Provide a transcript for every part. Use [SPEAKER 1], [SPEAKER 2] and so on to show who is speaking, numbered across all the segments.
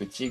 [SPEAKER 1] 内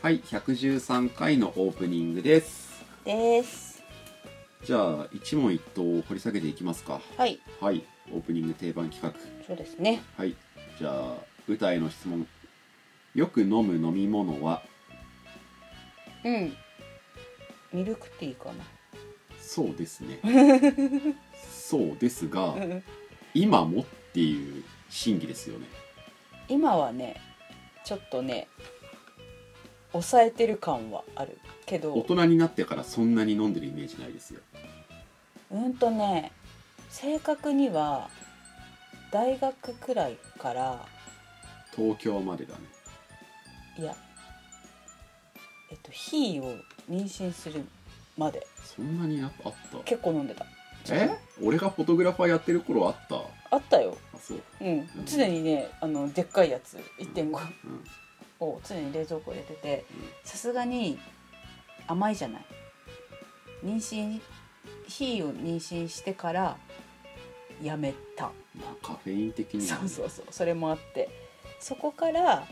[SPEAKER 1] はい113回のオープニングです
[SPEAKER 2] です
[SPEAKER 1] じゃあ一問一答掘り下げていきますか
[SPEAKER 2] はい
[SPEAKER 1] はいオープニング定番企画
[SPEAKER 2] そうですね
[SPEAKER 1] はい、じゃあ歌への質問。よく飲む飲み物は
[SPEAKER 2] うんミルクティーか
[SPEAKER 1] そうです ね。そうですが、
[SPEAKER 2] ん
[SPEAKER 1] 今もっていう審議ですよね。
[SPEAKER 3] 今はねちょっとね抑えてる感はあるけ
[SPEAKER 1] 大
[SPEAKER 3] ど
[SPEAKER 1] 人になってからそんなに飲んでるイメージないですよ。
[SPEAKER 3] うんとね正確には大学くらいから
[SPEAKER 1] 東京までだね。
[SPEAKER 3] いやえっとひを妊娠するまで
[SPEAKER 1] そんなにやっぱあった。
[SPEAKER 3] 結構飲んでた
[SPEAKER 1] え？俺がフォトグラファーやってる頃あった。
[SPEAKER 3] あったよ
[SPEAKER 1] あ、そう。
[SPEAKER 3] うん常にねあのでっかいやつ1.5
[SPEAKER 1] うん。
[SPEAKER 3] を常に冷蔵庫入れてて
[SPEAKER 1] うん
[SPEAKER 3] さすがに甘いじゃない妊娠ひを妊娠してからやめた、
[SPEAKER 1] まあカフェイン的には
[SPEAKER 3] そうそうそうそれもあってそこから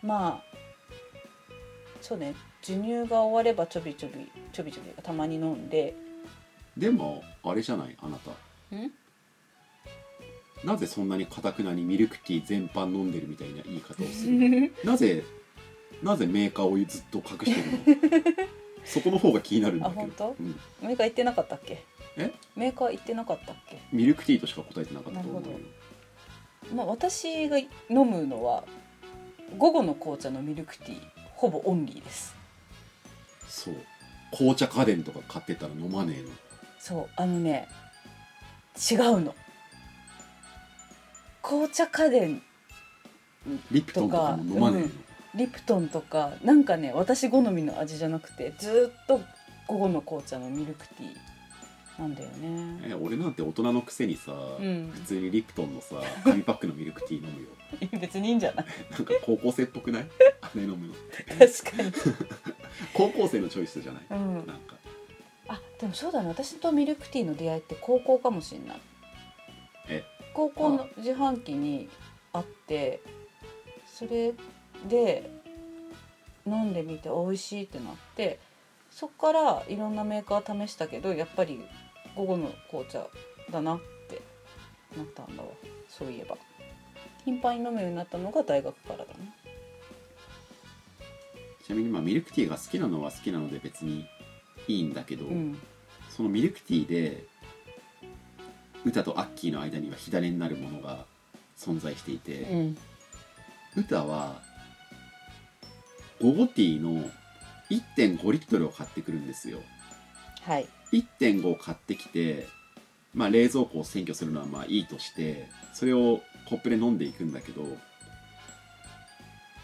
[SPEAKER 3] まあそうね授乳が終わればちょびちょびちょびちょびたまに飲んで
[SPEAKER 1] でもあれじゃないあなた。
[SPEAKER 3] ん
[SPEAKER 1] なぜそんなにかたくなにミルクティー全般飲んでるみたいな言い方をす るなぜなぜメーカーをずっと隠してる のそこの方が気になるんだけど
[SPEAKER 3] あ本当
[SPEAKER 1] うん
[SPEAKER 3] メーカー行ってなかったっけ
[SPEAKER 1] え
[SPEAKER 3] メーカー行ってなかったっけ
[SPEAKER 1] ミルクティーとしか答えてなかったと思うよ
[SPEAKER 3] なるまあ私が飲むのは午後の紅茶のミルクティーほぼオンリーです
[SPEAKER 1] そう紅茶家電とか買ってたら飲まねえの
[SPEAKER 3] そうあのね違うの紅茶家電
[SPEAKER 1] リプトンとかも飲まねえの、
[SPEAKER 3] とリプトンとかなんかね私好みの味じゃなくてずーっと午後の紅茶のミルクティーなんだよね
[SPEAKER 1] え俺なんて大人のくせに さ、
[SPEAKER 3] うん
[SPEAKER 1] 普通にリプトンの さ紙パックのミルクティー飲むよ
[SPEAKER 3] 別にいいんじゃない
[SPEAKER 1] なんか高校生っぽくないあれ飲むの
[SPEAKER 3] 確かに
[SPEAKER 1] 高校生のチョイスじ ゃない、
[SPEAKER 3] うん
[SPEAKER 1] なんか
[SPEAKER 3] あでもそうだね私とミルクティーの出会いって高校かもしんない
[SPEAKER 1] え
[SPEAKER 3] 高校の自販機にあってそれで飲んでみて美味しいってなってそっからいろんなメーカー試したけどやっぱり午後の紅茶だなってなったんだわそういえば頻繁に飲むようになったのが大学からだね
[SPEAKER 1] ちなみにまあミルクティーが好きなのは好きなので別にいいんだけど、
[SPEAKER 3] うん
[SPEAKER 1] そのミルクティーで歌とアッキーの間には火種になるものが存在していて、
[SPEAKER 3] ん
[SPEAKER 1] 歌はゴゴティーの1.5リットルを買ってくるんですよ
[SPEAKER 3] はい
[SPEAKER 1] 1.5を買ってきて、まあ、冷蔵庫を占拠するのはまあいいとしてそれをコップで飲んでいくんだけど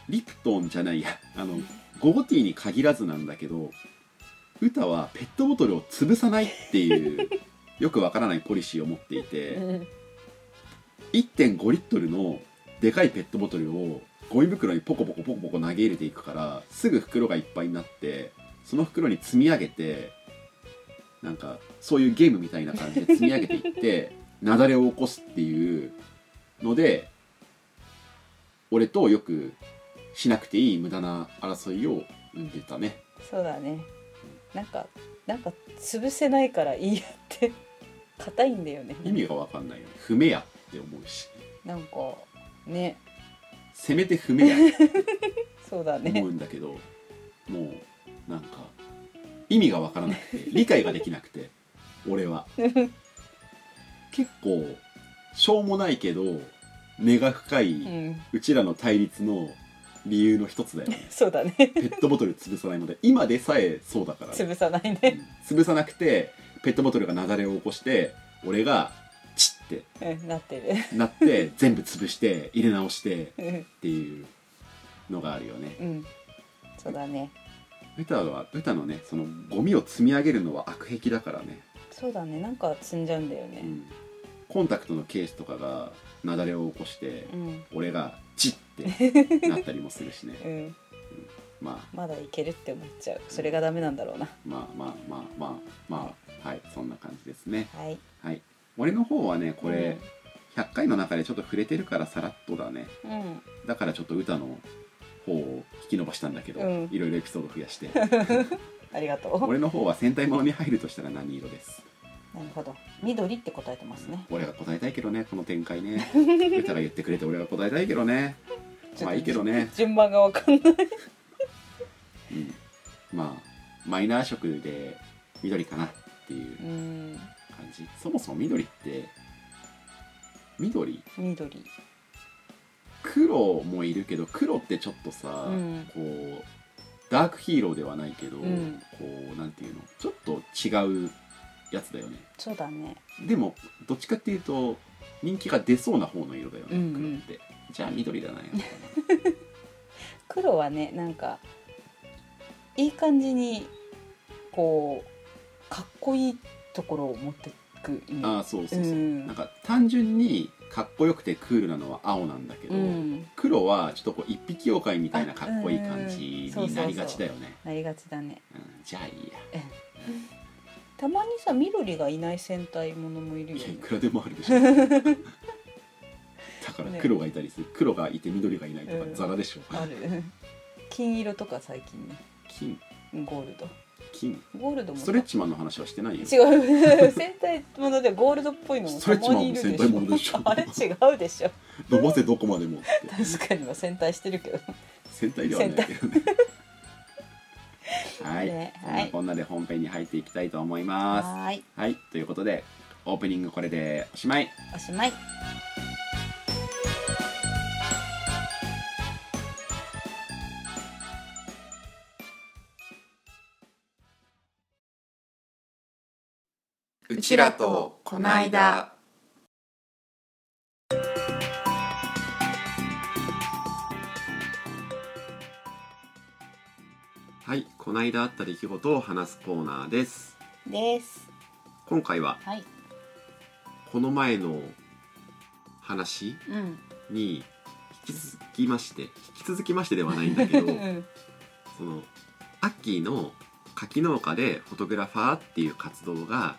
[SPEAKER 1] リプトンじゃないやあのゴゴティーに限らずなんだけど歌はペットボトルを潰さないっていうよくわからないポリシーを持っていて1.5リットルのでかいペットボトルをゴミ袋にポコポコポコポコ投げ入れていくからすぐ袋がいっぱいになってその袋に積み上げてなんかそういうゲームみたいな感じで積み上げていって 雪崩を起こすっていうので俺とよくしなくていい無駄な争いを生んでたね
[SPEAKER 3] そうだねなんかなんか潰せないからいいやって 硬いんだよね
[SPEAKER 1] 意味が分かんないよね不明やって思うし
[SPEAKER 3] なんかね
[SPEAKER 1] せめて踏めや
[SPEAKER 3] そうだ
[SPEAKER 1] 思
[SPEAKER 3] ね
[SPEAKER 1] うんだけど、もうなんか意味がわからなくて理解ができなくて 俺は結構しょうもないけど根が深い、う
[SPEAKER 3] うん
[SPEAKER 1] ちらの対立の理由の一つだよね
[SPEAKER 3] そうだね
[SPEAKER 1] ペットボトル潰さないので今でさえそうだから、
[SPEAKER 3] 潰さないうね
[SPEAKER 1] ん潰さなくてペットボトルが雪崩を起こして俺がチッて
[SPEAKER 3] うんなってる
[SPEAKER 1] なって全部潰して入れ直して
[SPEAKER 3] うん
[SPEAKER 1] っていうのがあるよね
[SPEAKER 3] うんそうだね
[SPEAKER 1] ウタはウタのねそのゴミを積み上げるのは悪癖だからね、
[SPEAKER 3] そうだねなんか積んじゃうんだよ
[SPEAKER 1] う
[SPEAKER 3] ね
[SPEAKER 1] ん、コンタクトのケースとかが雪崩を起こして、
[SPEAKER 3] うん
[SPEAKER 1] 俺がチッってなったりもするしね
[SPEAKER 3] うん
[SPEAKER 1] まあ
[SPEAKER 3] まだいけるって思っちゃうそれがダメなんだろうな
[SPEAKER 1] まあまあまあまあまあはいそんな感じですね
[SPEAKER 3] はい
[SPEAKER 1] はい俺の方はねこれ、100回の中でちょっと触れてるからさらっとだね
[SPEAKER 3] うん
[SPEAKER 1] だからちょっと歌の方を引き伸ばしたんだけど、
[SPEAKER 3] うん
[SPEAKER 1] いろいろエピソード増やして
[SPEAKER 3] ありがとう
[SPEAKER 1] 俺の方は戦隊ものに入るとしたら何色です
[SPEAKER 3] なるほど緑って答えてますね
[SPEAKER 1] 俺が答えたいけどねこの展 開ね歌が言ってくれて俺が答えたいけどねまあいいけどね、
[SPEAKER 3] 順番がわかんない
[SPEAKER 1] うん、まあマイナー色で緑かなってい
[SPEAKER 3] う
[SPEAKER 1] う
[SPEAKER 3] ん
[SPEAKER 1] 感じそもそも緑って緑
[SPEAKER 3] 緑
[SPEAKER 1] 黒もいるけど黒ってちょっとさ、
[SPEAKER 3] うん
[SPEAKER 1] こうダークヒーローではないけど、
[SPEAKER 3] うん
[SPEAKER 1] こうなんていうのちょっと違うやつだよね
[SPEAKER 3] そうだね
[SPEAKER 1] でもどっちかっていうと人気が出そうな方の色だよね、
[SPEAKER 3] うんうん
[SPEAKER 1] 黒ってじゃあ緑だなやっ
[SPEAKER 3] 黒はねなんかいい感じにこうかっこいいところを持ってくイメ
[SPEAKER 1] ぱな
[SPEAKER 3] ー
[SPEAKER 1] あーそうそうそう、
[SPEAKER 3] うん
[SPEAKER 1] なんか単純にかっこよくてクールなのは青なんだけ
[SPEAKER 3] ジ、
[SPEAKER 1] ど、
[SPEAKER 3] うん、
[SPEAKER 1] 黒はちょっとこう一匹妖怪みたいなかっこいい感じになりがちだよね、
[SPEAKER 3] なりがちだね
[SPEAKER 1] うんじゃあいいや
[SPEAKER 3] たまにさ緑がいない戦隊ものもいるよ
[SPEAKER 1] いやい
[SPEAKER 3] ね
[SPEAKER 1] くらでもあるでしょ だから黒がいたりする黒がいて緑がいないとか
[SPEAKER 3] うん
[SPEAKER 1] ザラでしょ、
[SPEAKER 3] ある金色とか最近ね
[SPEAKER 1] 金
[SPEAKER 3] ゴールド
[SPEAKER 1] 金
[SPEAKER 3] ゴールドも
[SPEAKER 1] ストレッチマンの話はしてな いよ
[SPEAKER 3] 違う戦隊ものでゴールドっぽいのも
[SPEAKER 1] ストレ
[SPEAKER 3] た
[SPEAKER 1] ッチ
[SPEAKER 3] ま
[SPEAKER 1] マン
[SPEAKER 3] にい
[SPEAKER 1] も
[SPEAKER 3] る
[SPEAKER 1] 戦
[SPEAKER 3] で
[SPEAKER 1] 隊ものでし
[SPEAKER 3] しょ あれ
[SPEAKER 1] ょ
[SPEAKER 3] 違うでしょ
[SPEAKER 1] 伸ばせどこまでもって
[SPEAKER 3] 確かには戦隊してるけど
[SPEAKER 1] 戦隊ではないけどね はい、
[SPEAKER 3] ね
[SPEAKER 1] そんな
[SPEAKER 3] はい
[SPEAKER 1] こんなで本編に入っていきたいと思います
[SPEAKER 3] はーい
[SPEAKER 1] はいということでオープニングこれでおしまい
[SPEAKER 3] おしまい
[SPEAKER 4] うちらとこないだ
[SPEAKER 1] はいこないだあった出来事を話すコーナーです
[SPEAKER 3] です
[SPEAKER 1] 今回は
[SPEAKER 3] はい
[SPEAKER 1] この前の話
[SPEAKER 3] うん
[SPEAKER 1] に引き続きまして引き続きましてではないんだけど
[SPEAKER 3] うん
[SPEAKER 1] そのアッキーの柿農家でフォトグラファーっていう活動が、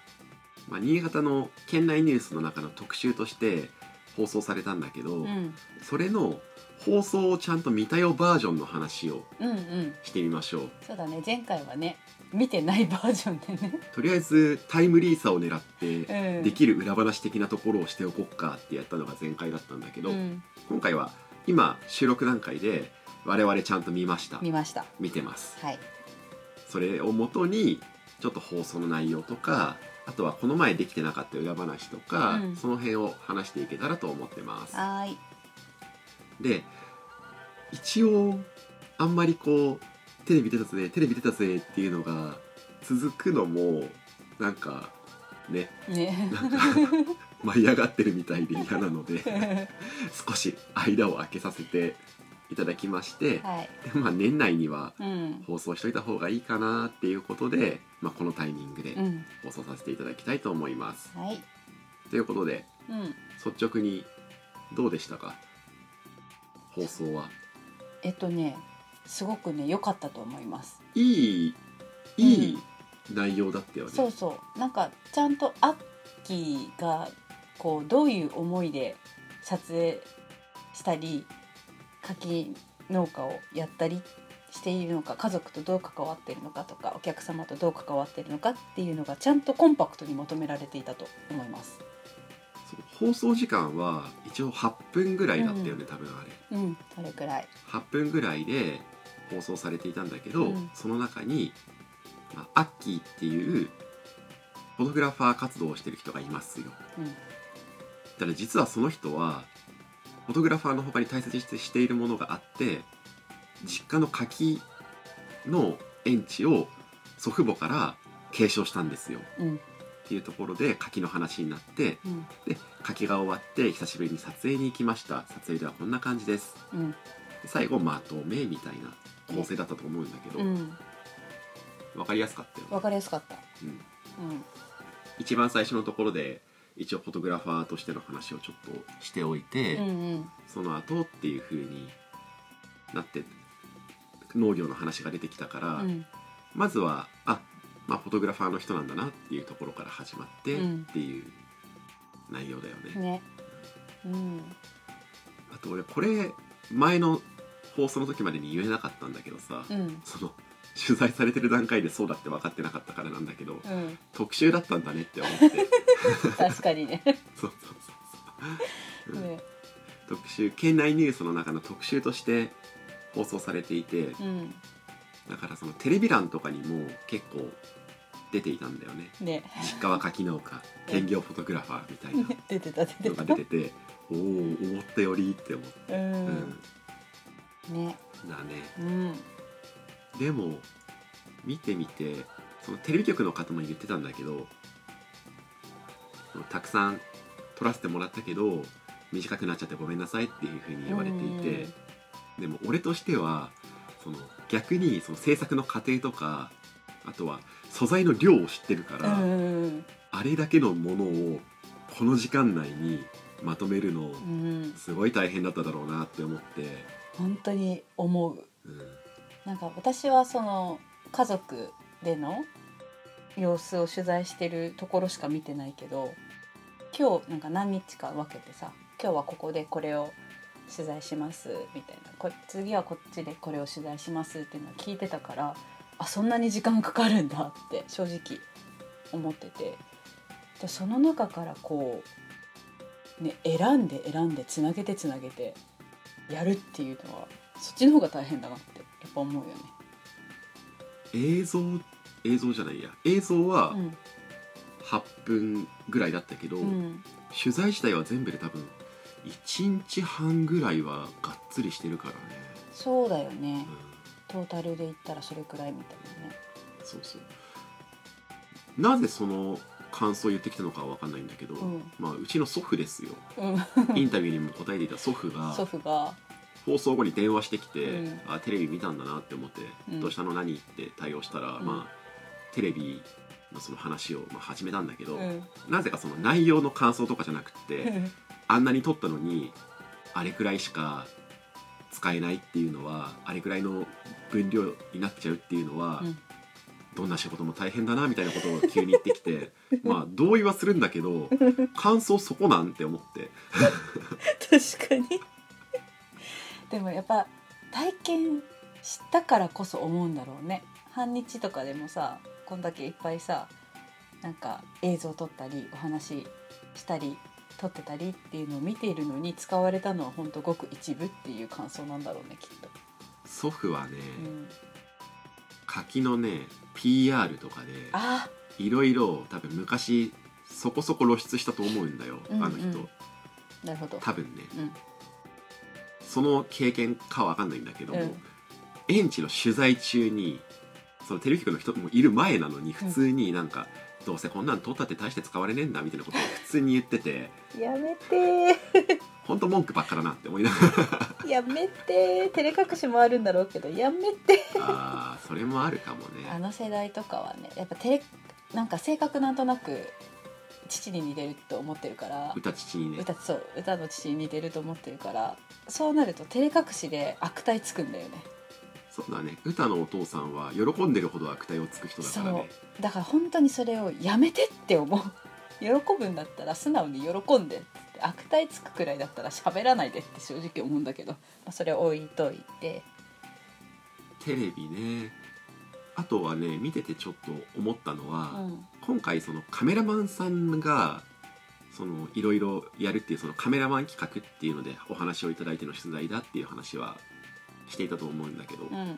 [SPEAKER 1] まあ、新潟の県内ニュースの中の特集として放送されたんだけど、
[SPEAKER 3] うん
[SPEAKER 1] それの放送をちゃんと見たよバージョンの話を
[SPEAKER 3] うんうん
[SPEAKER 1] してみましょう
[SPEAKER 3] そうだね前回はね見てないバージョンでね
[SPEAKER 1] とりあえずタイムリーさを狙って
[SPEAKER 3] うん
[SPEAKER 1] できる裏話的なところをしておこっかってやったのが前回だったんだけど、
[SPEAKER 3] うん
[SPEAKER 1] 今回は今収録段階で我々ちゃんと見ました
[SPEAKER 3] 見ました
[SPEAKER 1] 見てます
[SPEAKER 3] はい
[SPEAKER 1] それをもとにちょっと放送の内容とかあとはこの前できてなかった裏話とか、
[SPEAKER 3] うん
[SPEAKER 1] その辺を話していけたらと思ってます
[SPEAKER 3] はーい
[SPEAKER 1] で一応あんまりこうテレビ出たぜテレビ出たぜっていうのが続くのもなんかね
[SPEAKER 3] ね
[SPEAKER 1] なんか舞い上がってるみたいで嫌なので 少し間を空けさせていただきまして、
[SPEAKER 3] はい
[SPEAKER 1] でまあ年内には
[SPEAKER 3] うん
[SPEAKER 1] 放送しといた方がいいかなっていうことで、まあ、このタイミングで
[SPEAKER 3] うん
[SPEAKER 1] 放送させていただきたいと思います。
[SPEAKER 3] はい
[SPEAKER 1] ということで
[SPEAKER 3] うん
[SPEAKER 1] 率直にどうでしたか放送は
[SPEAKER 3] えっとねすごくね良かったと思います
[SPEAKER 1] いいいい内容だったよね。
[SPEAKER 3] そうそうなんかちゃんとアッキーがこうどういう思いで撮影したり柿農家をやったりしているのか家族とどう関わっているのかとかお客様とどう関わっているのかっていうのがちゃんとコンパクトに求められていたと思います。
[SPEAKER 1] そう放送時間は一応8分ぐらいだったよね、多分あれ
[SPEAKER 3] うんそれくらい
[SPEAKER 1] 8分ぐらいで放送されていたんだけど、
[SPEAKER 3] うん
[SPEAKER 1] その中に、まあ、アッキーっていうフォトグラファー活動をしてる人がいますよ
[SPEAKER 3] うん
[SPEAKER 1] ただ実はその人はフォトグラファーの他に大切にしているものがあって実家の柿の園地を祖父母から継承したんですよ
[SPEAKER 3] うん
[SPEAKER 1] っていうところで柿の話になって
[SPEAKER 3] うん
[SPEAKER 1] で柿が終わって久しぶりに撮影に行きました撮影ではこんな感じです
[SPEAKER 3] うん
[SPEAKER 1] で最後まとめみたいな構成だったと思うんだけど、
[SPEAKER 3] う
[SPEAKER 1] わ
[SPEAKER 3] ん
[SPEAKER 1] 分かりやすかったよね
[SPEAKER 3] 分かりやすかった
[SPEAKER 1] うん
[SPEAKER 3] うん
[SPEAKER 1] 一番最初のところで一応フォトグラファーとしての話をちょっとしておいて、
[SPEAKER 3] うんうん
[SPEAKER 1] その後っていう風になって農業の話が出てきたから、
[SPEAKER 3] うん
[SPEAKER 1] まずはあまあフォトグラファーの人なんだなっていうところから始まってっ
[SPEAKER 3] うん
[SPEAKER 1] ていう内容だよね。
[SPEAKER 3] ねうん
[SPEAKER 1] あと俺これ前の放送の時までに言えなかったんだけどさ、
[SPEAKER 3] うん
[SPEAKER 1] その取材されてる段階でそうだって分かってなかったからなんだけど、
[SPEAKER 3] うん
[SPEAKER 1] 特集だったんだねって思って
[SPEAKER 3] 確かにね
[SPEAKER 1] そうそうそうそう、うん
[SPEAKER 3] ね
[SPEAKER 1] 特集県内ニュースの中の特集として放送されていて、
[SPEAKER 3] うん
[SPEAKER 1] だからそのテレビ欄とかにも結構出ていたんだよね
[SPEAKER 3] ね
[SPEAKER 1] 実家は柿農家兼業フォトグラファーみたいな
[SPEAKER 3] 出てた 出
[SPEAKER 1] の
[SPEAKER 3] て
[SPEAKER 1] が
[SPEAKER 3] た
[SPEAKER 1] 出てておお思ったよりって思って、
[SPEAKER 3] う
[SPEAKER 1] うん
[SPEAKER 3] んね
[SPEAKER 1] だね
[SPEAKER 3] うん
[SPEAKER 1] でも見てみてそのテレビ局の方も言ってたんだけどたくさん撮らせてもらったけど短くなっちゃってごめんなさいっていうふうに言われていてでも俺としてはその逆にその制作の過程とかあとは素材の量を知ってるか
[SPEAKER 3] う
[SPEAKER 1] ら、
[SPEAKER 3] ん
[SPEAKER 1] あれだけのものをこの時間内にまとめるの
[SPEAKER 3] うん
[SPEAKER 1] すごい大変だっただろうなって思って、
[SPEAKER 3] 本当に思う
[SPEAKER 1] うん
[SPEAKER 3] なんか私はその家族での様子を取材してるところしか見てないけど今日なんか何日か分けてさ今日はここでこれを取材しますみたいなこ次はこっちでこれを取材しますっていうのを聞いてたからあそんなに時間かかるんだって正直思っててでその中からこう、ね、選んで選んでつなげてつなげてやるっていうのはそっちの方が大変だなってやっぱ思うよね。
[SPEAKER 1] 映像映像じゃないや映像は
[SPEAKER 3] うん
[SPEAKER 1] 8分ぐらいだったけど、
[SPEAKER 3] うん
[SPEAKER 1] 取材自体は全部で多分1日半ぐらいはがっつりしてるからね、
[SPEAKER 3] そうだよね
[SPEAKER 1] うん、
[SPEAKER 3] トータルで言ったらそれくらいみたいなね
[SPEAKER 1] そうそうなぜその感想を言ってきたのかは分かんないんだけど、
[SPEAKER 3] うん
[SPEAKER 1] まあ、うちの祖父です よ
[SPEAKER 3] う
[SPEAKER 1] インタビューにも答えていた祖父
[SPEAKER 3] ん 祖
[SPEAKER 1] が
[SPEAKER 3] 父が
[SPEAKER 1] 放送後に電話してきて「
[SPEAKER 3] うん
[SPEAKER 1] あテレビ見たんだな」って思って「
[SPEAKER 3] うん
[SPEAKER 1] どうしたの何?」って対応したら、
[SPEAKER 3] うん
[SPEAKER 1] まあテレビのその話をまあ始めたんだけ
[SPEAKER 3] う
[SPEAKER 1] ど、
[SPEAKER 3] ん
[SPEAKER 1] なぜかその内容の感想とかじゃなくって、あんなに撮ったのにあれくらいしか使えないっていうのはあれくらいの分量になっちゃうっていうのは、
[SPEAKER 3] うん
[SPEAKER 1] どんな仕事も大変だなみたいなことを急に言って きてまあ同意はするんだけど感想そこなんて思って
[SPEAKER 3] 確かに でもやっぱ体験したからこそ思うんだろうね半日とかでもさこんだけいっぱいさなんか映像撮ったりお話したり撮ってたりっていうのを見ているのに使われたのはほんとごく一部っていう感想なんだろうねきっと。
[SPEAKER 1] 祖父はね、
[SPEAKER 3] うん、
[SPEAKER 1] 柿のね PR とかで
[SPEAKER 3] あ
[SPEAKER 1] いろいろ多分昔そこそこ露出したと思うんだよ、
[SPEAKER 3] うんうん
[SPEAKER 1] あの人
[SPEAKER 3] なるほど。
[SPEAKER 1] 多分ね
[SPEAKER 3] うん
[SPEAKER 1] その経験かは分かんないんだけども、
[SPEAKER 3] うん
[SPEAKER 1] 園地の取材中にそのテレビ局の人もいる前なのに普通になんか、どうせこんなん撮ったって大して使われねえんだみたいなことを普通に言ってて
[SPEAKER 3] やめて
[SPEAKER 1] ほんと文句ばっかだなって思い ながら
[SPEAKER 3] ーやめてー照れ隠しもあるんだろうけどやめて
[SPEAKER 1] あーそれもあるかも
[SPEAKER 3] あ
[SPEAKER 1] ね
[SPEAKER 3] の世代とかはねやっぱ照れなんか性格なんとなく父に似てると思ってるから
[SPEAKER 1] 歌父にね
[SPEAKER 3] 歌そう歌の父に似てると思ってるからそうなると照れ隠しで悪態つくんだよね
[SPEAKER 1] そうだね歌のお父さんは喜んでるほど悪態をつく人だからね
[SPEAKER 3] だから本当にそれをやめてって思う喜ぶんだったら素直に喜んでっつって悪態つくくらいだったら喋らないでって正直思うんだけど、まあ、それ置いといて
[SPEAKER 1] テレビねあとはね見ててちょっと思ったのは、
[SPEAKER 3] うん
[SPEAKER 1] 今回そのカメラマンさんがそのいろいろやるっていうそのカメラマン企画っていうのでお話をいただいての出題だっていう話はしていたと思うんだけど、
[SPEAKER 3] うん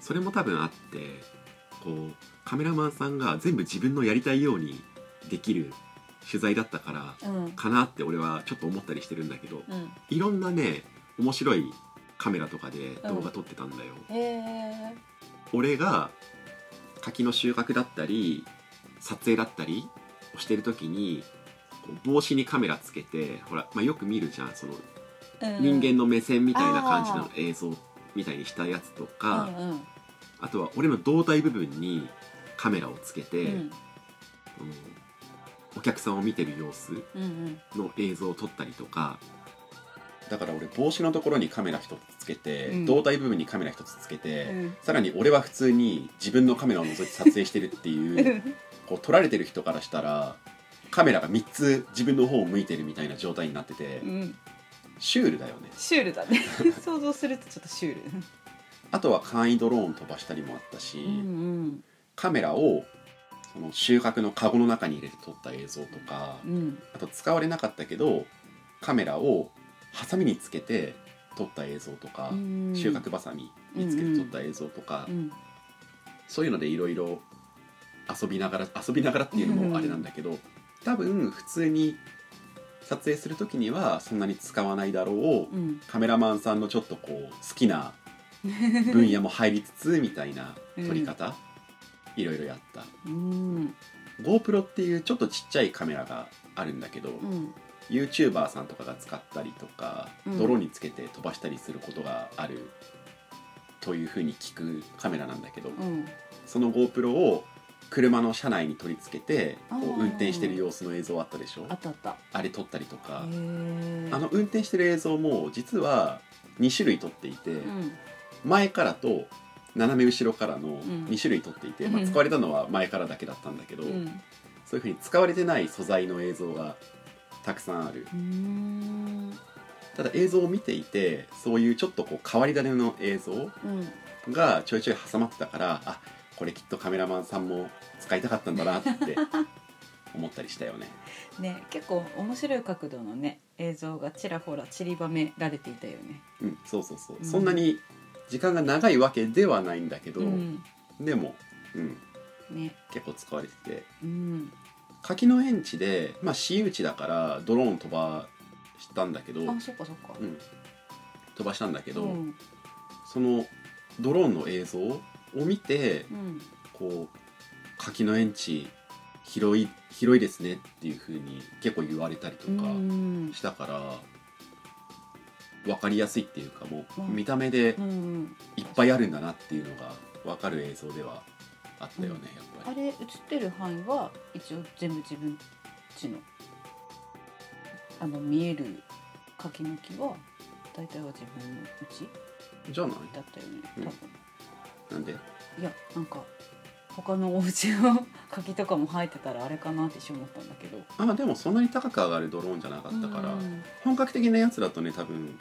[SPEAKER 1] それも多分あってこうカメラマンさんが全部自分のやりたいようにできる取材だったから
[SPEAKER 3] うん
[SPEAKER 1] かなって俺はちょっと思ったりしてるんだけど
[SPEAKER 3] うん
[SPEAKER 1] いろんなね面白いカメラとかで動画撮ってたんだよ。
[SPEAKER 3] へえ
[SPEAKER 1] 俺が柿の収穫だったり撮影だったりをしてる時にこう帽子にカメラつけてほら、まあ、よく見るじゃんその人間の目線みたいな感じの
[SPEAKER 3] あ
[SPEAKER 1] 映像みたいにしたやつと
[SPEAKER 3] が
[SPEAKER 1] か、
[SPEAKER 3] うんうん
[SPEAKER 1] あとは俺の胴体部分にカメラをつけて、
[SPEAKER 3] うん
[SPEAKER 1] あのお客さんを見てる様子
[SPEAKER 3] うん
[SPEAKER 1] の映像を撮ったりとかだから俺帽子のところにカメラ一つつけて、胴体部分にカメラ一つつけて、
[SPEAKER 3] うん
[SPEAKER 1] さらに俺は普通に自分のカメラを覗いて撮影してるっていう こう撮られてる人からしたらカメラが3つ自分の方を向いてるみたいな状態になってて
[SPEAKER 3] うん
[SPEAKER 1] シュールだよね
[SPEAKER 3] シュールだね想像するとちょっとシュール
[SPEAKER 1] あとは簡易ドローン飛ばしたりもあったし、
[SPEAKER 3] うん
[SPEAKER 1] カメラをその収穫のカゴの中に入れて撮った映像とか
[SPEAKER 3] うんうん
[SPEAKER 1] あと使われなかったけどカメラをハサミにつけて撮った映像とか、
[SPEAKER 3] うん
[SPEAKER 1] 収穫バサミにつけて撮った映像とか、
[SPEAKER 3] うん
[SPEAKER 1] そういうのでいろいろ遊びながら遊びながらっていうのもあれなんだけど多分普通に撮影する時にはそんなに使わないだろう
[SPEAKER 3] うん
[SPEAKER 1] カメラマンさんのちょっとこう好きな分野も入りつつみたいな撮り方いろいろやった
[SPEAKER 3] うん
[SPEAKER 1] GoPro っていうちょっとちっちゃいカメラがあるんだけど、
[SPEAKER 3] うん
[SPEAKER 1] YouTuber さんとかが使ったりとか、
[SPEAKER 3] うん
[SPEAKER 1] ドローンにつけて飛ばしたりすることがあるというふうに聞くカメラなんだけど、
[SPEAKER 3] うん
[SPEAKER 1] その GoPro を車の車内に取り付けて
[SPEAKER 3] あ
[SPEAKER 1] こ
[SPEAKER 3] ー
[SPEAKER 1] う運転してる様子の映像あったでしょ
[SPEAKER 3] あったあったへ
[SPEAKER 1] あれ撮ったりとか、
[SPEAKER 3] え
[SPEAKER 1] あの運転してる映像も実は2種類撮っていて、
[SPEAKER 3] うん
[SPEAKER 1] 前からと斜め後ろからの
[SPEAKER 3] ん
[SPEAKER 1] 2種類撮っていて、まあ、
[SPEAKER 3] うん
[SPEAKER 1] 使われたのは前からだけだったんだけど、
[SPEAKER 3] うん
[SPEAKER 1] そういうふうに使われてない素材の映像がたくさんある
[SPEAKER 3] うん
[SPEAKER 1] ただ映像を見ていてそういうちょっとこう変わり種の映像
[SPEAKER 3] うん
[SPEAKER 1] がちょいちょい挟まってたからあこれきっとカメラマンさんも使いたかったんだなって 思ったりしたよね
[SPEAKER 3] ね結構面白い角度のね映像がちらほら散りばめられていたよね
[SPEAKER 1] うんそうそうそう、
[SPEAKER 3] うん
[SPEAKER 1] そんなに時間が長いわけではないんだけど、
[SPEAKER 3] ん
[SPEAKER 1] でも、うん、
[SPEAKER 3] ね
[SPEAKER 1] 結構使われてて
[SPEAKER 3] うん
[SPEAKER 1] 柿の園地で、まあ、私有地だからドローン飛ばしたんだけど、
[SPEAKER 3] あそっかそっか
[SPEAKER 1] うん、飛ばしたんだけど、
[SPEAKER 3] うん
[SPEAKER 1] そのドローンの映像を見て
[SPEAKER 3] うん
[SPEAKER 1] こう柿の園地広い広いですねっていう風に結構言われたりと
[SPEAKER 3] う
[SPEAKER 1] か
[SPEAKER 3] ん
[SPEAKER 1] したから、分かりやすいっていうかも
[SPEAKER 3] う
[SPEAKER 1] う
[SPEAKER 3] ん
[SPEAKER 1] 見た目で
[SPEAKER 3] うん
[SPEAKER 1] いっぱいあるんだなっていうのが分かる映像ではあったよねやっぱ
[SPEAKER 3] あ
[SPEAKER 1] り。
[SPEAKER 3] れ映ってる範囲は一応全部自分ちのあの見える柿の木は大体は自分のうち
[SPEAKER 1] じゃない
[SPEAKER 3] だったよね
[SPEAKER 1] うん
[SPEAKER 3] 多分、
[SPEAKER 1] なんで
[SPEAKER 3] いやなんか他のお家の柿とかも生えてたらあれかなって一瞬思ったんだけ ど
[SPEAKER 1] あでもそんなに高く上がるドローンじゃなかったから、本格的なやつだとね多分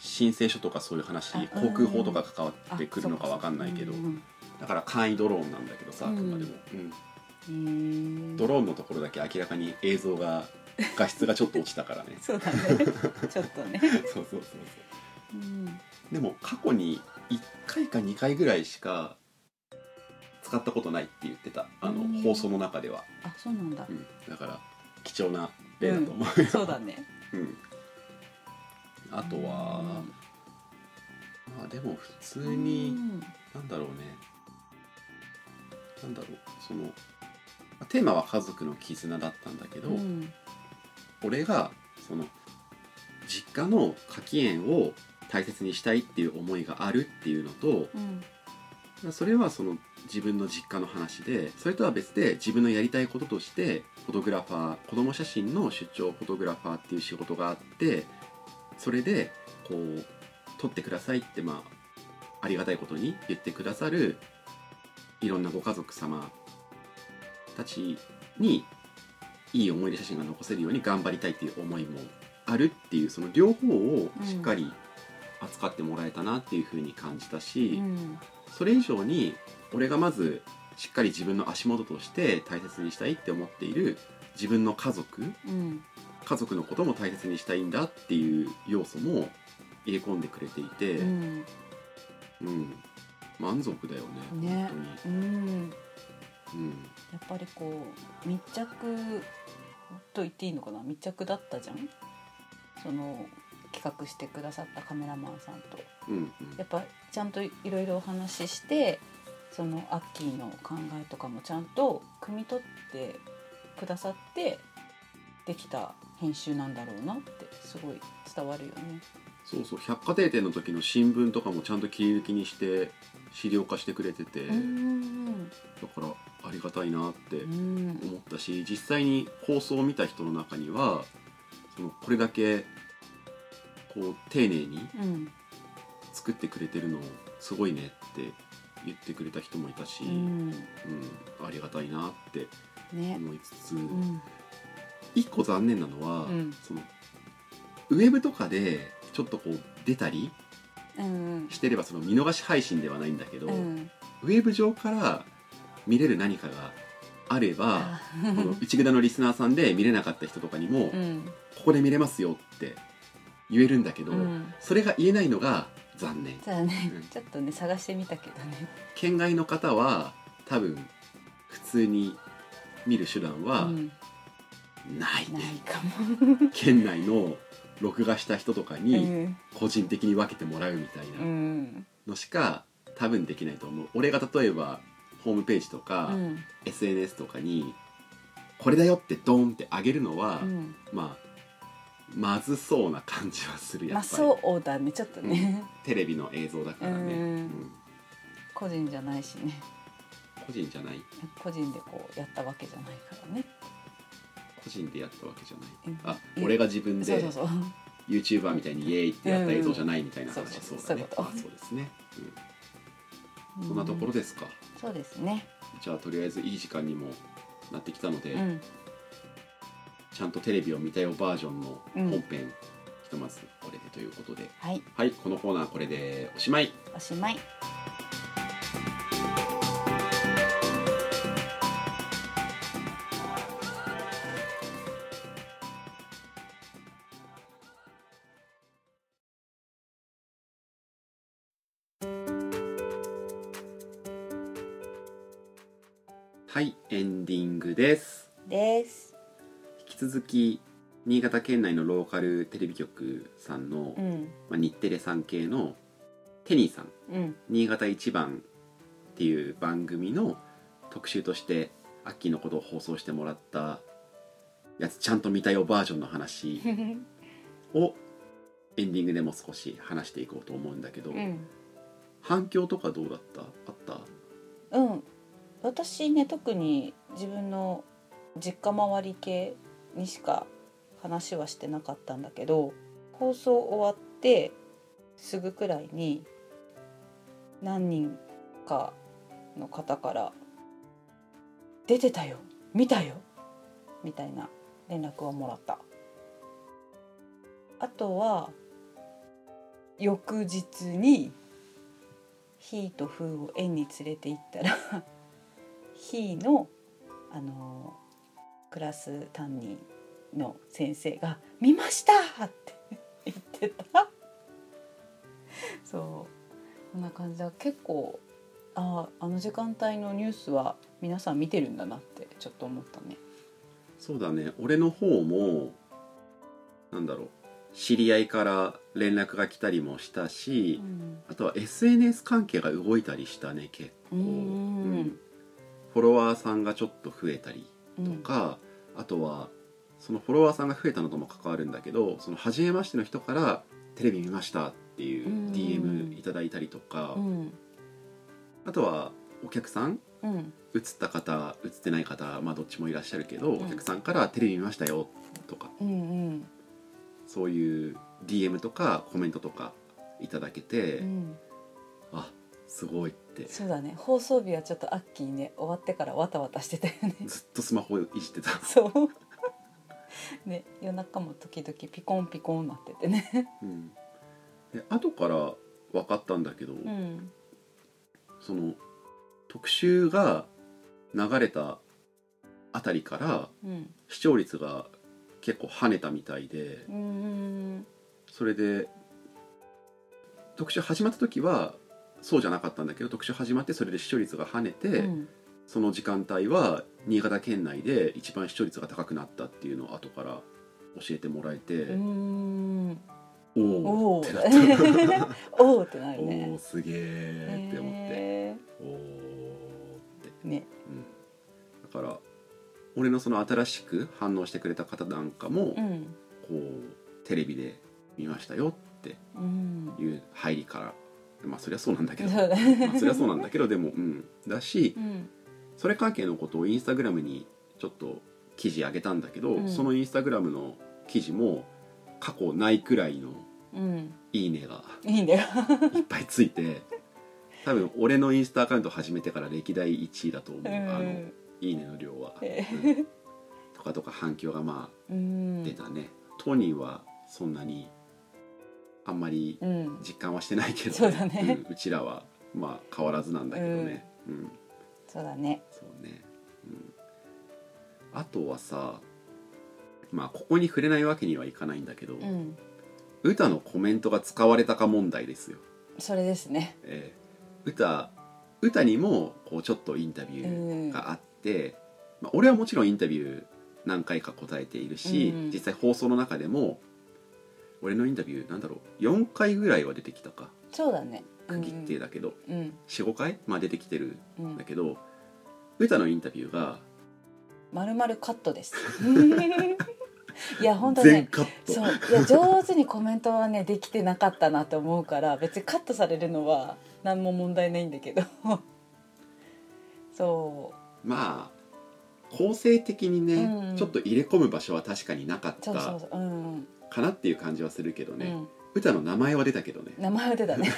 [SPEAKER 1] 申請書とかそういう話
[SPEAKER 3] あ
[SPEAKER 1] 航空法とか関わ
[SPEAKER 3] あ
[SPEAKER 1] ってくるのか
[SPEAKER 3] そっ
[SPEAKER 1] 分かんないけど、
[SPEAKER 3] うんうん
[SPEAKER 1] だから簡易ドローンなんだけどさあくまでも、うん
[SPEAKER 3] へー
[SPEAKER 1] ドローンのところだけ明らかに映像が画質がちょっと落ちたからね
[SPEAKER 3] そうだ ねちょっとね、
[SPEAKER 1] そうそうそうそう
[SPEAKER 3] うん、
[SPEAKER 1] でも過去に1回か2回ぐらいしか使ったことないって言ってたあの、
[SPEAKER 3] うん
[SPEAKER 1] 放送の中では、
[SPEAKER 3] あそうなんだ
[SPEAKER 1] うん、だから貴重な例だと思うよ、
[SPEAKER 3] そうだね
[SPEAKER 1] うんあとは、まあでも普通
[SPEAKER 3] 普
[SPEAKER 1] に、なんだろうねなんだろうそのテーマは家族の絆だったんだけど、
[SPEAKER 3] うん
[SPEAKER 1] 俺がその実家の柿園を大切にしたいっていう思いがあるっていうのと
[SPEAKER 3] うん
[SPEAKER 1] それはその自分の実家の話でそれとは別で自分のやりたいこととしてフォトグラファー子供写真の出張フォトグラファーっていう仕事があってそれでこう撮ってくださいってまあありがたいことに言ってくださるいろんなご家族様たちにいい思い出写真が残せるように頑張りたいっていう思いもあるっていうその両方をしっかり扱ってもらえたなっていうふうに感じたし。
[SPEAKER 3] うん
[SPEAKER 1] それ以上に俺がまずしっかり自分の足元として大切にしたいって思っている自分の家族
[SPEAKER 3] うん
[SPEAKER 1] 家族のことも大切にしたいんだっていう要素も入れ込んでくれていて、
[SPEAKER 3] う
[SPEAKER 1] うん
[SPEAKER 3] ん
[SPEAKER 1] 満足だよね
[SPEAKER 3] ね
[SPEAKER 1] 本
[SPEAKER 3] うん
[SPEAKER 1] 当に、うん、
[SPEAKER 3] やっぱりこう密着と言っていいのかな密着だったじゃんその企画してくださったカメラマンさんと
[SPEAKER 1] うん
[SPEAKER 3] やっぱちゃんといろいろお話ししてそのアッキーの考えとかもちゃんと汲み取ってくださってできた編集なんだろうなってすごい伝わるよね。
[SPEAKER 1] そうそう百貨店店の時の新聞とかもちゃんと切り抜きにして資料化してくれてて、
[SPEAKER 3] うん
[SPEAKER 1] だからありがたいなって
[SPEAKER 3] うん
[SPEAKER 1] 思ったし実際に放送を見た人の中にはそのこれだけこう丁寧に
[SPEAKER 3] うん
[SPEAKER 1] 作ってくれてるのすごいねって言ってくれた人もいたし、
[SPEAKER 3] う
[SPEAKER 1] うん
[SPEAKER 3] ん
[SPEAKER 1] ありがたいなって
[SPEAKER 3] ね
[SPEAKER 1] 思いつつ、
[SPEAKER 3] うん
[SPEAKER 1] 一個残念なのは、
[SPEAKER 3] うん
[SPEAKER 1] そのウェブとかでちょっとこう出たり
[SPEAKER 3] うん
[SPEAKER 1] してればその見逃し配信ではないんだけど、
[SPEAKER 3] うん
[SPEAKER 1] ウェブ上から見れる何かがあれば、
[SPEAKER 3] あ
[SPEAKER 1] この内札のリスナーさんで見れなかった人とかにも、
[SPEAKER 3] うん
[SPEAKER 1] ここで見れますよって言えるんだけど、
[SPEAKER 3] うん
[SPEAKER 1] それが言えないのが残念
[SPEAKER 3] じゃあね
[SPEAKER 1] うん
[SPEAKER 3] ちょっとね探してみたけどね。
[SPEAKER 1] 県外の方は多分普通に見る手段は
[SPEAKER 3] うん
[SPEAKER 1] ない
[SPEAKER 3] な
[SPEAKER 1] ね、
[SPEAKER 3] いかも。
[SPEAKER 1] 県内の録画した人とか
[SPEAKER 3] う
[SPEAKER 1] に
[SPEAKER 3] ん
[SPEAKER 1] 個人的に分けてもらうみたいな
[SPEAKER 3] うん
[SPEAKER 1] のしか多分できないと思う俺が例えばホームページと
[SPEAKER 3] う
[SPEAKER 1] か、
[SPEAKER 3] ん
[SPEAKER 1] SNS とかにこれだよってドーンって上げるのは、
[SPEAKER 3] うん
[SPEAKER 1] まあまずそうな感じはする
[SPEAKER 3] ま
[SPEAKER 1] や
[SPEAKER 3] あ
[SPEAKER 1] っぱり
[SPEAKER 3] そうだねちょっとね。
[SPEAKER 1] テレビの映像だからね、
[SPEAKER 3] うん
[SPEAKER 1] うん
[SPEAKER 3] 個人じゃないしね
[SPEAKER 1] 個人じゃない
[SPEAKER 3] 個人でこうやったわけじゃないからね
[SPEAKER 1] 個人でやったわけじゃない、
[SPEAKER 3] うん
[SPEAKER 1] あ
[SPEAKER 3] うん
[SPEAKER 1] 俺が自分
[SPEAKER 3] そう
[SPEAKER 1] で
[SPEAKER 3] そうそう
[SPEAKER 1] YouTuber みたいにイエーイってやった映像じゃないみたいな
[SPEAKER 3] うん
[SPEAKER 1] 話、
[SPEAKER 3] そう
[SPEAKER 1] そう
[SPEAKER 3] そうそ
[SPEAKER 1] だね
[SPEAKER 3] ういうこと
[SPEAKER 1] あそうですね、うん、そんなところ
[SPEAKER 3] で
[SPEAKER 1] ですか、
[SPEAKER 3] そうですね
[SPEAKER 1] じゃあとりあえずいい時間にもなってきたので、
[SPEAKER 3] うん
[SPEAKER 1] ちゃんとテレビを見たよバージョンの
[SPEAKER 3] うん
[SPEAKER 1] 本編、ひとまずこれでということで
[SPEAKER 3] はい
[SPEAKER 1] はいこのコーナーこれでおしまい
[SPEAKER 3] おしまい
[SPEAKER 1] はいエンディングです
[SPEAKER 2] です
[SPEAKER 1] 引き続き新潟県内のローカルテレビ局さんの、
[SPEAKER 3] うん
[SPEAKER 1] まあ、日テレさん系のテニーさん
[SPEAKER 3] うん
[SPEAKER 1] 新潟一番っていう番組の特集としてアッキーのことを放送してもらったやつちゃんと見たよバージョンの話をエンディングでも少し話していこうと思うんだけど、
[SPEAKER 3] うん、
[SPEAKER 1] 反響とかどうだったあった
[SPEAKER 3] うん、私ね特に自分の実家周り系にしか話はしてなかったんだけど放送終わってすぐくらいに何人かの方から「出てたよ見たよ」みたいな連絡をもらったあとは翌日に「ひ」と「ふ」を園に連れて行ったら 「ひ」のあのクラス担任の先生が「見ました!」って 言ってたそうこんな感じだ結構あああの時間帯のニュースは皆さん見てるんだなってちょっと思ったね。
[SPEAKER 1] そうだね俺の方もなんだろう知り合いから連絡が来たりもしたし、
[SPEAKER 3] うん
[SPEAKER 1] あとは SNS 関係が動いたりしたね結構、
[SPEAKER 3] うん
[SPEAKER 1] うんフォロワーさんがちょっと増えたり
[SPEAKER 3] うん
[SPEAKER 1] とか、あとはそのフォロワーさんが増えたのとも関わるんだけどその初めましての人から「テレビ見ました」っていう
[SPEAKER 3] うん
[SPEAKER 1] DM いただいたりとか、
[SPEAKER 3] うん
[SPEAKER 1] あとはお客さん
[SPEAKER 3] うん
[SPEAKER 1] 映った方映ってない方まあどっちもいらっしゃるけど、
[SPEAKER 3] ん
[SPEAKER 1] お客さんから「テレビ見ましたよ」とか
[SPEAKER 3] うん
[SPEAKER 1] そういう DM とかコメントとかいただけて、
[SPEAKER 3] うん
[SPEAKER 1] あすごいって
[SPEAKER 3] そうだね放送日はちょっとアッキーね終わってからわたわたしてたよね
[SPEAKER 1] ずっとスマホいじってた
[SPEAKER 3] そう。 ね、夜中も時々ピコンピコンなっててね。
[SPEAKER 1] うん、で後から分かったんだけど、
[SPEAKER 3] うん。
[SPEAKER 1] その特集が流れたあたりから
[SPEAKER 3] うん。
[SPEAKER 1] 視聴率が結構跳ねたみたいで
[SPEAKER 3] うんうん
[SPEAKER 1] それで特集始まった時はそうじゃなかったんだけど特集始まってそれで視聴率が跳ねて、
[SPEAKER 3] うんうん
[SPEAKER 1] その時間帯は新潟県内で一番視聴率が高くなったっていうのを後から教えてもらえて、
[SPEAKER 3] うん
[SPEAKER 1] お
[SPEAKER 3] お
[SPEAKER 1] お
[SPEAKER 3] お
[SPEAKER 1] ってなった。
[SPEAKER 3] おおってなる
[SPEAKER 1] おお
[SPEAKER 3] ね
[SPEAKER 1] ーすげえって思って、
[SPEAKER 3] へ
[SPEAKER 1] おおって、
[SPEAKER 3] ーね
[SPEAKER 1] うん、だから俺のその新しく反応してくれた方なんかも、
[SPEAKER 3] う
[SPEAKER 1] こ
[SPEAKER 3] ん
[SPEAKER 1] うテレビで見ましたよって
[SPEAKER 3] うん
[SPEAKER 1] いう入りからまあそりゃそうなんだけど、
[SPEAKER 3] そ
[SPEAKER 1] ま
[SPEAKER 3] うだ
[SPEAKER 1] あ、そりゃそうなんだけどでもうんだし
[SPEAKER 3] うん
[SPEAKER 1] それ関係のことをインスタグラムにちょっと記事上げたんだけど、
[SPEAKER 3] うん
[SPEAKER 1] そのインスタグラムの記事も過去ないくらいの
[SPEAKER 3] うん
[SPEAKER 1] いいねが
[SPEAKER 3] いいんだよ
[SPEAKER 1] いっぱいついて多分俺のインスタアカウント始めてから歴代1位だと思う、
[SPEAKER 3] う
[SPEAKER 1] あの
[SPEAKER 3] ん
[SPEAKER 1] いいねの量は、
[SPEAKER 3] え
[SPEAKER 1] うんとかとか反響がま
[SPEAKER 3] う
[SPEAKER 1] あ
[SPEAKER 3] ん
[SPEAKER 1] 出たね、トニーはそんなにあんまり
[SPEAKER 3] うん
[SPEAKER 1] 実感はしてないけど、
[SPEAKER 3] そうだね
[SPEAKER 1] うんうちらはまあ変わらずなんだけどね、うん、
[SPEAKER 3] そうだね
[SPEAKER 1] そうね、うん、あとはさまあここに触れないわけにはいかないんだけど、
[SPEAKER 3] うん
[SPEAKER 1] 歌のコメントが使われたか問題ですよ、
[SPEAKER 3] それですね
[SPEAKER 1] えー歌歌にもこうちょっとインタビュ
[SPEAKER 3] うん
[SPEAKER 1] ーがあって、まあ、俺はもちろんインタビュー何回か答えているし、
[SPEAKER 3] うん
[SPEAKER 1] 実際放送の中でも俺のインタビューなんだろう4回ぐらいは出てきたか
[SPEAKER 3] そうだね
[SPEAKER 1] 区切ってだけど、
[SPEAKER 3] うん
[SPEAKER 1] 45回、まあ、出てきてる
[SPEAKER 3] うんん
[SPEAKER 1] だけど、歌のインタビューが
[SPEAKER 3] まるまるカットです いや本当
[SPEAKER 1] 全
[SPEAKER 3] ね
[SPEAKER 1] カット
[SPEAKER 3] そう いや上手にコメントはねできてなかったなと思うから別にカットされるのは何も問題ないんだけど そ
[SPEAKER 1] まあ構成的にね、
[SPEAKER 3] うん
[SPEAKER 1] ちょっと入れ込む場所は確かになかっ
[SPEAKER 3] うそうそ
[SPEAKER 1] た
[SPEAKER 3] うそううん
[SPEAKER 1] かなっていう感じはするけど
[SPEAKER 3] うん、
[SPEAKER 1] ね、歌の名前は出たけどね
[SPEAKER 3] うん、名前は出 たね、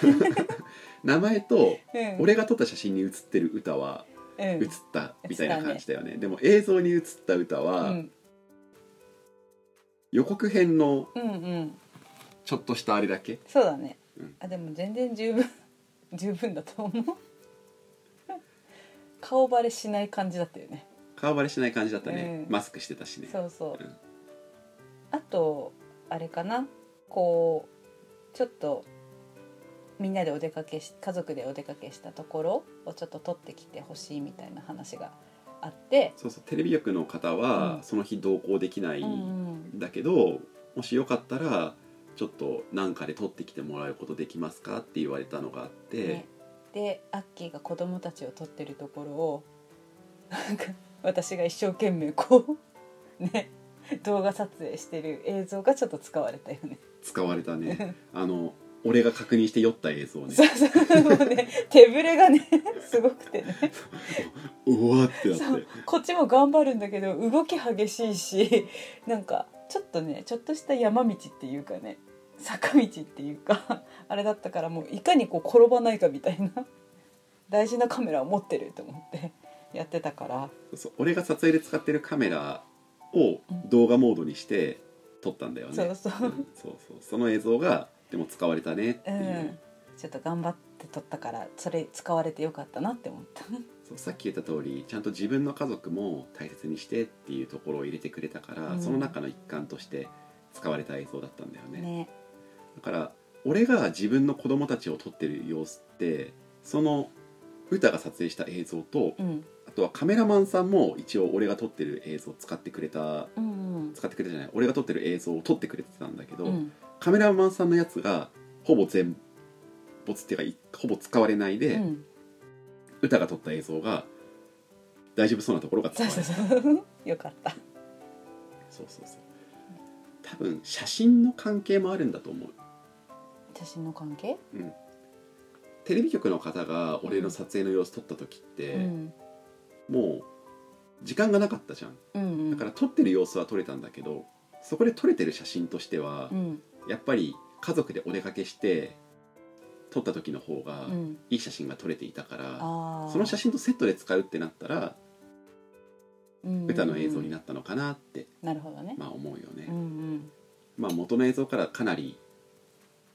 [SPEAKER 1] 名前と
[SPEAKER 3] うん、
[SPEAKER 1] 俺が撮った写真に写ってる歌は
[SPEAKER 3] うん
[SPEAKER 1] 写ったみたいな感じだよね,、でも映像に写った歌
[SPEAKER 3] う
[SPEAKER 1] は
[SPEAKER 3] ん
[SPEAKER 1] 予告編の
[SPEAKER 3] うんうん
[SPEAKER 1] ちょっとしたあれだけ
[SPEAKER 3] そうだね、
[SPEAKER 1] うん
[SPEAKER 3] あでも全然十分 十分だと思う 顔バレしない感じだったよね
[SPEAKER 1] 顔バレしない感じだったね、
[SPEAKER 3] うん
[SPEAKER 1] マスクしてたしね
[SPEAKER 3] そうそう、
[SPEAKER 1] うん
[SPEAKER 3] あとあれかなこうちょっとみんなでお出かけし家族でお出かけしたところをちょっと撮ってきてほしいみたいな話があって、
[SPEAKER 1] そうそうテレビ局の方は
[SPEAKER 3] うん
[SPEAKER 1] その日同行できない
[SPEAKER 3] うん
[SPEAKER 1] ん
[SPEAKER 3] うん
[SPEAKER 1] だけど、もしよかったらちょっと何かで撮ってきてもらうことできますかって言われたのがあって、
[SPEAKER 3] ねでアッキーが子供たちを撮ってるところをなんか私が一生懸命こうね動画撮影してる映像がちょっと使われたよね。
[SPEAKER 1] 使われたねあの俺が確認して酔った映像ね
[SPEAKER 3] そうそうもうね手ぶれがねすごくてね
[SPEAKER 1] うわってなって
[SPEAKER 3] そうこっちも頑張るんだけど動き激しいしなんかちょっとねちょっとした山道っていうかね坂道っていうかあれだったからもういかにこう転ばないかみたいな大事なカメラを持ってると思ってやってたから
[SPEAKER 1] そう俺が撮影で使ってるカメラを動画モードにして撮ったんだよね
[SPEAKER 3] そうそう
[SPEAKER 1] うんそうそうその映像がでも使われたねって
[SPEAKER 3] う
[SPEAKER 1] いう、
[SPEAKER 3] んちょっと頑張って撮ったからそれ使われてよかったなって思った
[SPEAKER 1] そうさっき言った通りちゃんと自分の家族も大切にしてっていうところを入れてくれたから、
[SPEAKER 3] うん
[SPEAKER 1] その中の一環として使われた映像だったんだよね
[SPEAKER 3] ね
[SPEAKER 1] だから俺が自分の子供たちを撮ってる様子ってその歌が撮影した映像と
[SPEAKER 3] うん
[SPEAKER 1] あとはカメラマンさんも一応俺が撮ってる映像を使ってくれた
[SPEAKER 3] うん
[SPEAKER 1] 使ってくれたじゃない俺が撮ってる映像を撮ってくれてたんだけど、
[SPEAKER 3] うんうん
[SPEAKER 1] カメラマンさんのやつがほぼ全没っていうかいほぼ使われないで、
[SPEAKER 3] うん
[SPEAKER 1] 歌が撮った映像が大丈夫そうなところが
[SPEAKER 3] そう
[SPEAKER 1] 使われ
[SPEAKER 3] そ
[SPEAKER 1] る
[SPEAKER 3] うそう よかった
[SPEAKER 1] そうそうそう多分写真の関係もあるんだと思う
[SPEAKER 3] 写真の関係、
[SPEAKER 1] テレビ局の方が俺の撮影の様子撮った時って、
[SPEAKER 3] うん
[SPEAKER 1] もう時間がなかったじゃん
[SPEAKER 3] うんう
[SPEAKER 1] だ
[SPEAKER 3] ん
[SPEAKER 1] から撮ってる様子は撮れたんだけどそこで撮れてる写真としては、
[SPEAKER 3] うん
[SPEAKER 1] やっぱり家族でお出かけして撮った時の方が
[SPEAKER 3] うん
[SPEAKER 1] いい写真が撮れていたから、
[SPEAKER 3] あー
[SPEAKER 1] その写真とセットで使うってなったら歌の映像に
[SPEAKER 3] な
[SPEAKER 1] なったのかなって、
[SPEAKER 3] なるほどね、
[SPEAKER 1] まあ、思うよね、
[SPEAKER 3] うん
[SPEAKER 1] まあ元の映像からかなり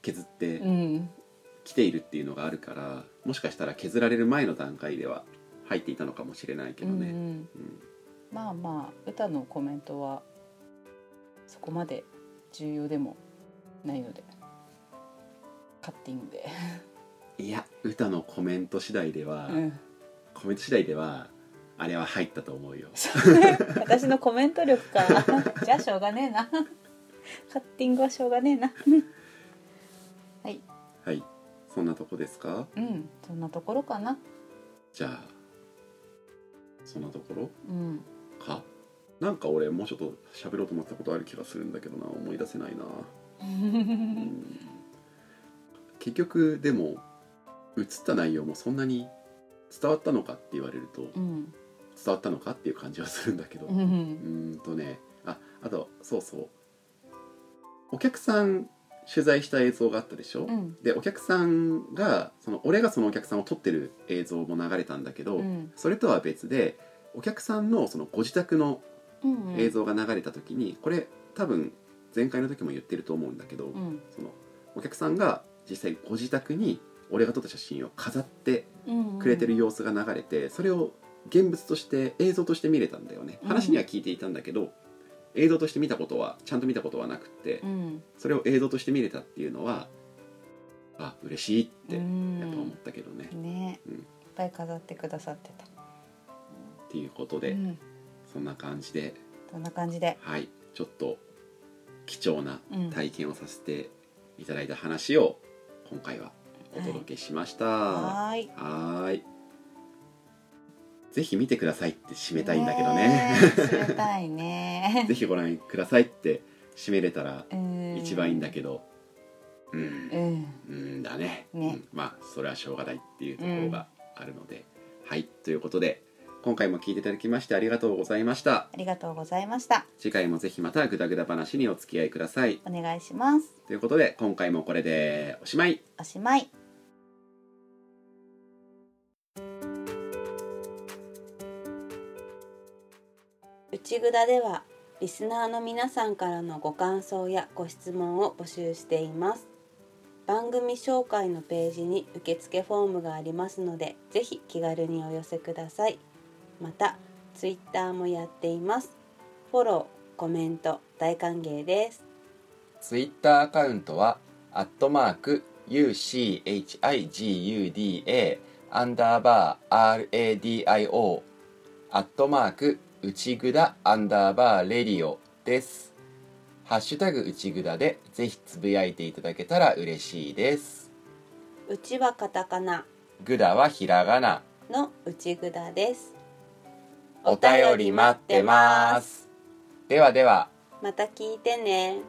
[SPEAKER 1] 削って
[SPEAKER 3] うんうん
[SPEAKER 1] きているっていうのがあるからもしかしたら削られる前の段階では入っていたのかもしれないけ
[SPEAKER 3] う
[SPEAKER 1] ど
[SPEAKER 3] んう
[SPEAKER 1] ね、
[SPEAKER 3] ん
[SPEAKER 1] うん
[SPEAKER 3] まあまあ歌のコメントはそこまで重要でもないのでカッティングで、
[SPEAKER 1] いや歌のコメント次第では、
[SPEAKER 3] うん、
[SPEAKER 1] コメント次第ではあれは入ったと思うよ
[SPEAKER 3] そうね私のコメント力か じゃあしょうがねえなカッティングはしょうがねえな
[SPEAKER 1] はいそんなとこですか
[SPEAKER 3] うんそんなところかな
[SPEAKER 1] じゃあそんなところ
[SPEAKER 3] うん
[SPEAKER 1] かなんか俺もうちょっと喋ろうと思ったことある気がするんだけどな思い出せないな、うん結局でも映った内容もそんなに伝わったのかって言われると
[SPEAKER 3] うん
[SPEAKER 1] 伝わったのかっていう感じはするんだけど、
[SPEAKER 3] うんうん
[SPEAKER 1] うーんとねああとそうそうお客さん取材した映像があったでしょ、
[SPEAKER 3] うん
[SPEAKER 1] でお客さんがその俺がそのお客さんを撮ってる映像も流れたんだけど、
[SPEAKER 3] うん
[SPEAKER 1] それとは別でお客さんのそのご自宅の
[SPEAKER 3] うん
[SPEAKER 1] 映像が流れた時に、これ多分前回の時も言ってると思うんだけど、
[SPEAKER 3] うん
[SPEAKER 1] そのお客さんが実際ご自宅に俺が撮った写真を飾って
[SPEAKER 3] うん
[SPEAKER 1] くれてる様子が流れてそれを現物として映像として見れたんだよね
[SPEAKER 3] うん
[SPEAKER 1] 話には聞いていたんだけど映像として見たことはちゃんと見たことはなくって
[SPEAKER 3] うん
[SPEAKER 1] それを映像として見れたっていうのはあ嬉しいって
[SPEAKER 3] う
[SPEAKER 1] やっ
[SPEAKER 3] ん
[SPEAKER 1] ぱ思ったけどね
[SPEAKER 3] ね、
[SPEAKER 1] うん
[SPEAKER 3] いっぱい飾ってくださってた
[SPEAKER 1] っていうこと
[SPEAKER 3] う
[SPEAKER 1] で
[SPEAKER 3] ん、
[SPEAKER 1] そんな感じで
[SPEAKER 3] そんな感じで
[SPEAKER 1] はいちょっと貴重な
[SPEAKER 3] うん
[SPEAKER 1] 体験をさせていただいた話を今回はお届けしました。は
[SPEAKER 3] はーい
[SPEAKER 1] ーいぜひ見てくださいって締めたいんだけどね
[SPEAKER 3] え冷たいね
[SPEAKER 1] ぜひご覧くださいって締めれたら
[SPEAKER 3] うん
[SPEAKER 1] 一番いいんだけどうん
[SPEAKER 3] うん
[SPEAKER 1] うんだね
[SPEAKER 3] ね
[SPEAKER 1] うんまあそれはしょうがないっていうところがあるので、はいということで今回も聞いていただきましてありがとうございました
[SPEAKER 3] ありがとうございました
[SPEAKER 1] 次回もぜひまたグダグダ話にお付き合いください
[SPEAKER 3] お願いします
[SPEAKER 1] ということで今回もこれでおしまい
[SPEAKER 3] おしまい
[SPEAKER 2] 内ぐだではリスナーの皆さんからのご感想やご質問を募集しています番組紹介のページに受付フォームがありますのでぜひ気軽にお寄せくださいまたツイッターもやっていますフォロー、コメント大歓迎です
[SPEAKER 5] ツイッターアカウントは、アットマーク、UCHIGUDA、アンダーバー、RADIO、アットマーク、内ぐだ、アンダーバー、レディオです。ハッシュタグ内ぐだで、ぜひつぶやいていただけたら嬉しいです。
[SPEAKER 2] うちはカタカナ
[SPEAKER 5] ぐだはひらがな。
[SPEAKER 2] の内ぐだです
[SPEAKER 5] お便り待ってます。ではでは。
[SPEAKER 2] また聞いてね